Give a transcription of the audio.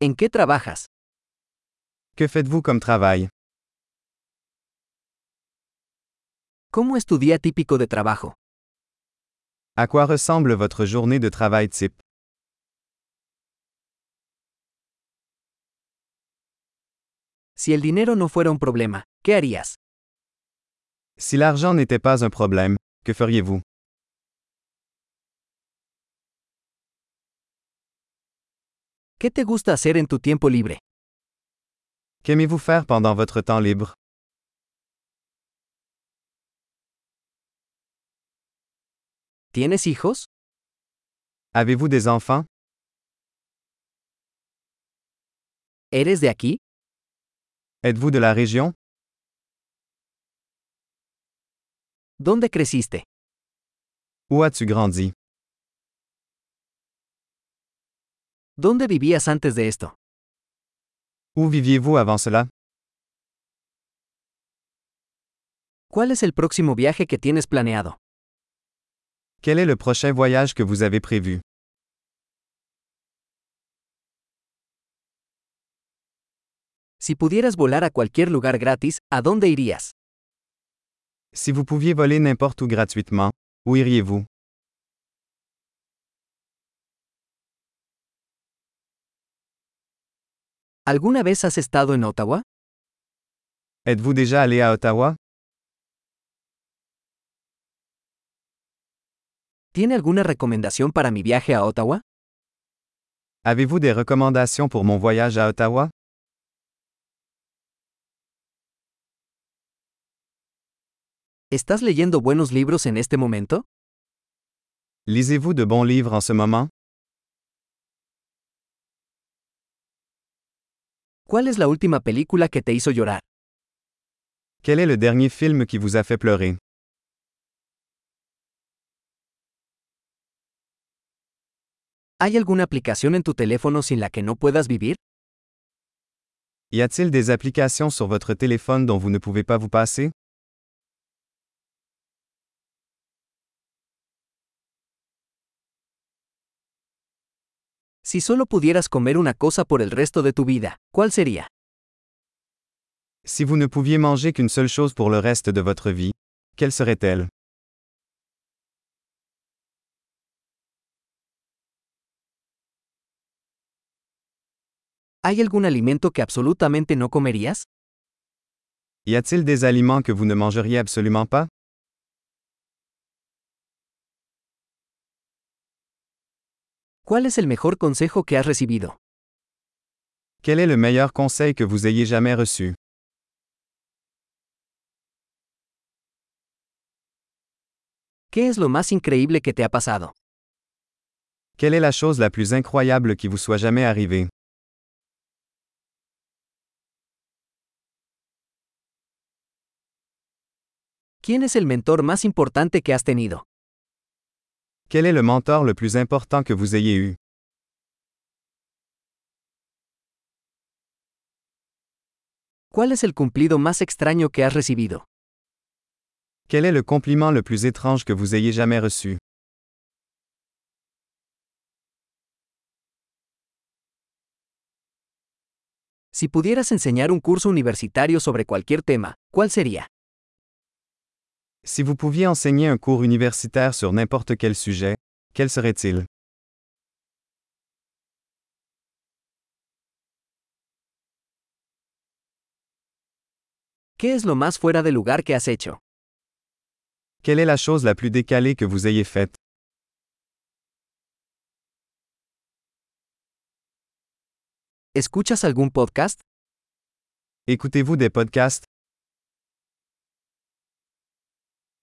¿En qué trabajas? Que faites-vous comme travail ¿Cómo es tu día típico de trabajo? À quoi ressemble votre journée de travail type Si el dinero no fuera un problema, ¿qué harías? Si l'argent n'était pas un problème, que feriez-vous ¿Qué te gusta hacer en tu tiempo libre? Qu'aimez-vous faire pendant votre temps libre ¿Tienes hijos? Avez-vous des enfants ¿Eres de aquí? Êtes-vous de la région ¿Dónde creciste? Où as-tu grandi ¿Dónde vivías antes de esto? Où viviez-vous avant cela ¿Cuál es el próximo viaje que tienes planeado? Quel est le prochain voyage que vous avez prévu Si pudieras volar a cualquier lugar gratis, ¿a dónde irías? Si vous pouviez voler n'importe où gratuitement, où iriez-vous ¿Alguna vez has estado en Ottawa? Êtes-vous déjà allé à Ottawa ¿Tiene alguna recomendación para mi viaje a Ottawa? Avez-vous des recommandations pour mon voyage à Ottawa ¿Estás leyendo buenos libros en este momento? Lisez-vous de bons livres en ce moment ¿Cuál es la última película que te hizo llorar? Quel est le dernier film qui vous a fait pleurer ¿Hay alguna aplicación en tu teléfono sin la que no puedas vivir? Y a-t-il des applications sur votre téléphone dont vous ne pouvez pas vous passer Si solo pudieras comer una cosa por el resto de tu vida, ¿cuál sería? Si vous ne pouviez manger qu'une seule chose pour le reste de votre vie, quelle serait-elle ¿Hay algún alimento que absolutamente no comerías? Y a-t-il des aliments que vous ne mangeriez absolument pas ¿Cuál es el mejor consejo que has recibido? Quel est le meilleur conseil que vous ayez jamais reçu ¿Qué es lo más increíble que te ha pasado? Quelle est la chose la plus incroyable qui vous soit jamais arrivée ¿Quién es el mentor más importante que has tenido? Quel est le mentor le plus important que vous ayez eu ¿Cuál es el cumplido más extraño que has recibido? Quel est le compliment le plus étrange que vous ayez jamais reçu Si pudieras enseñar un curso universitario sobre cualquier tema, ¿cuál sería? Si vous pouviez enseigner un cours universitaire sur n'importe quel sujet, quel serait-il ¿Qué es lo más fuera de lugar que has hecho? Quelle est la chose la plus décalée que vous ayez faite ¿Escuchas algún podcast? Écoutez-vous des podcasts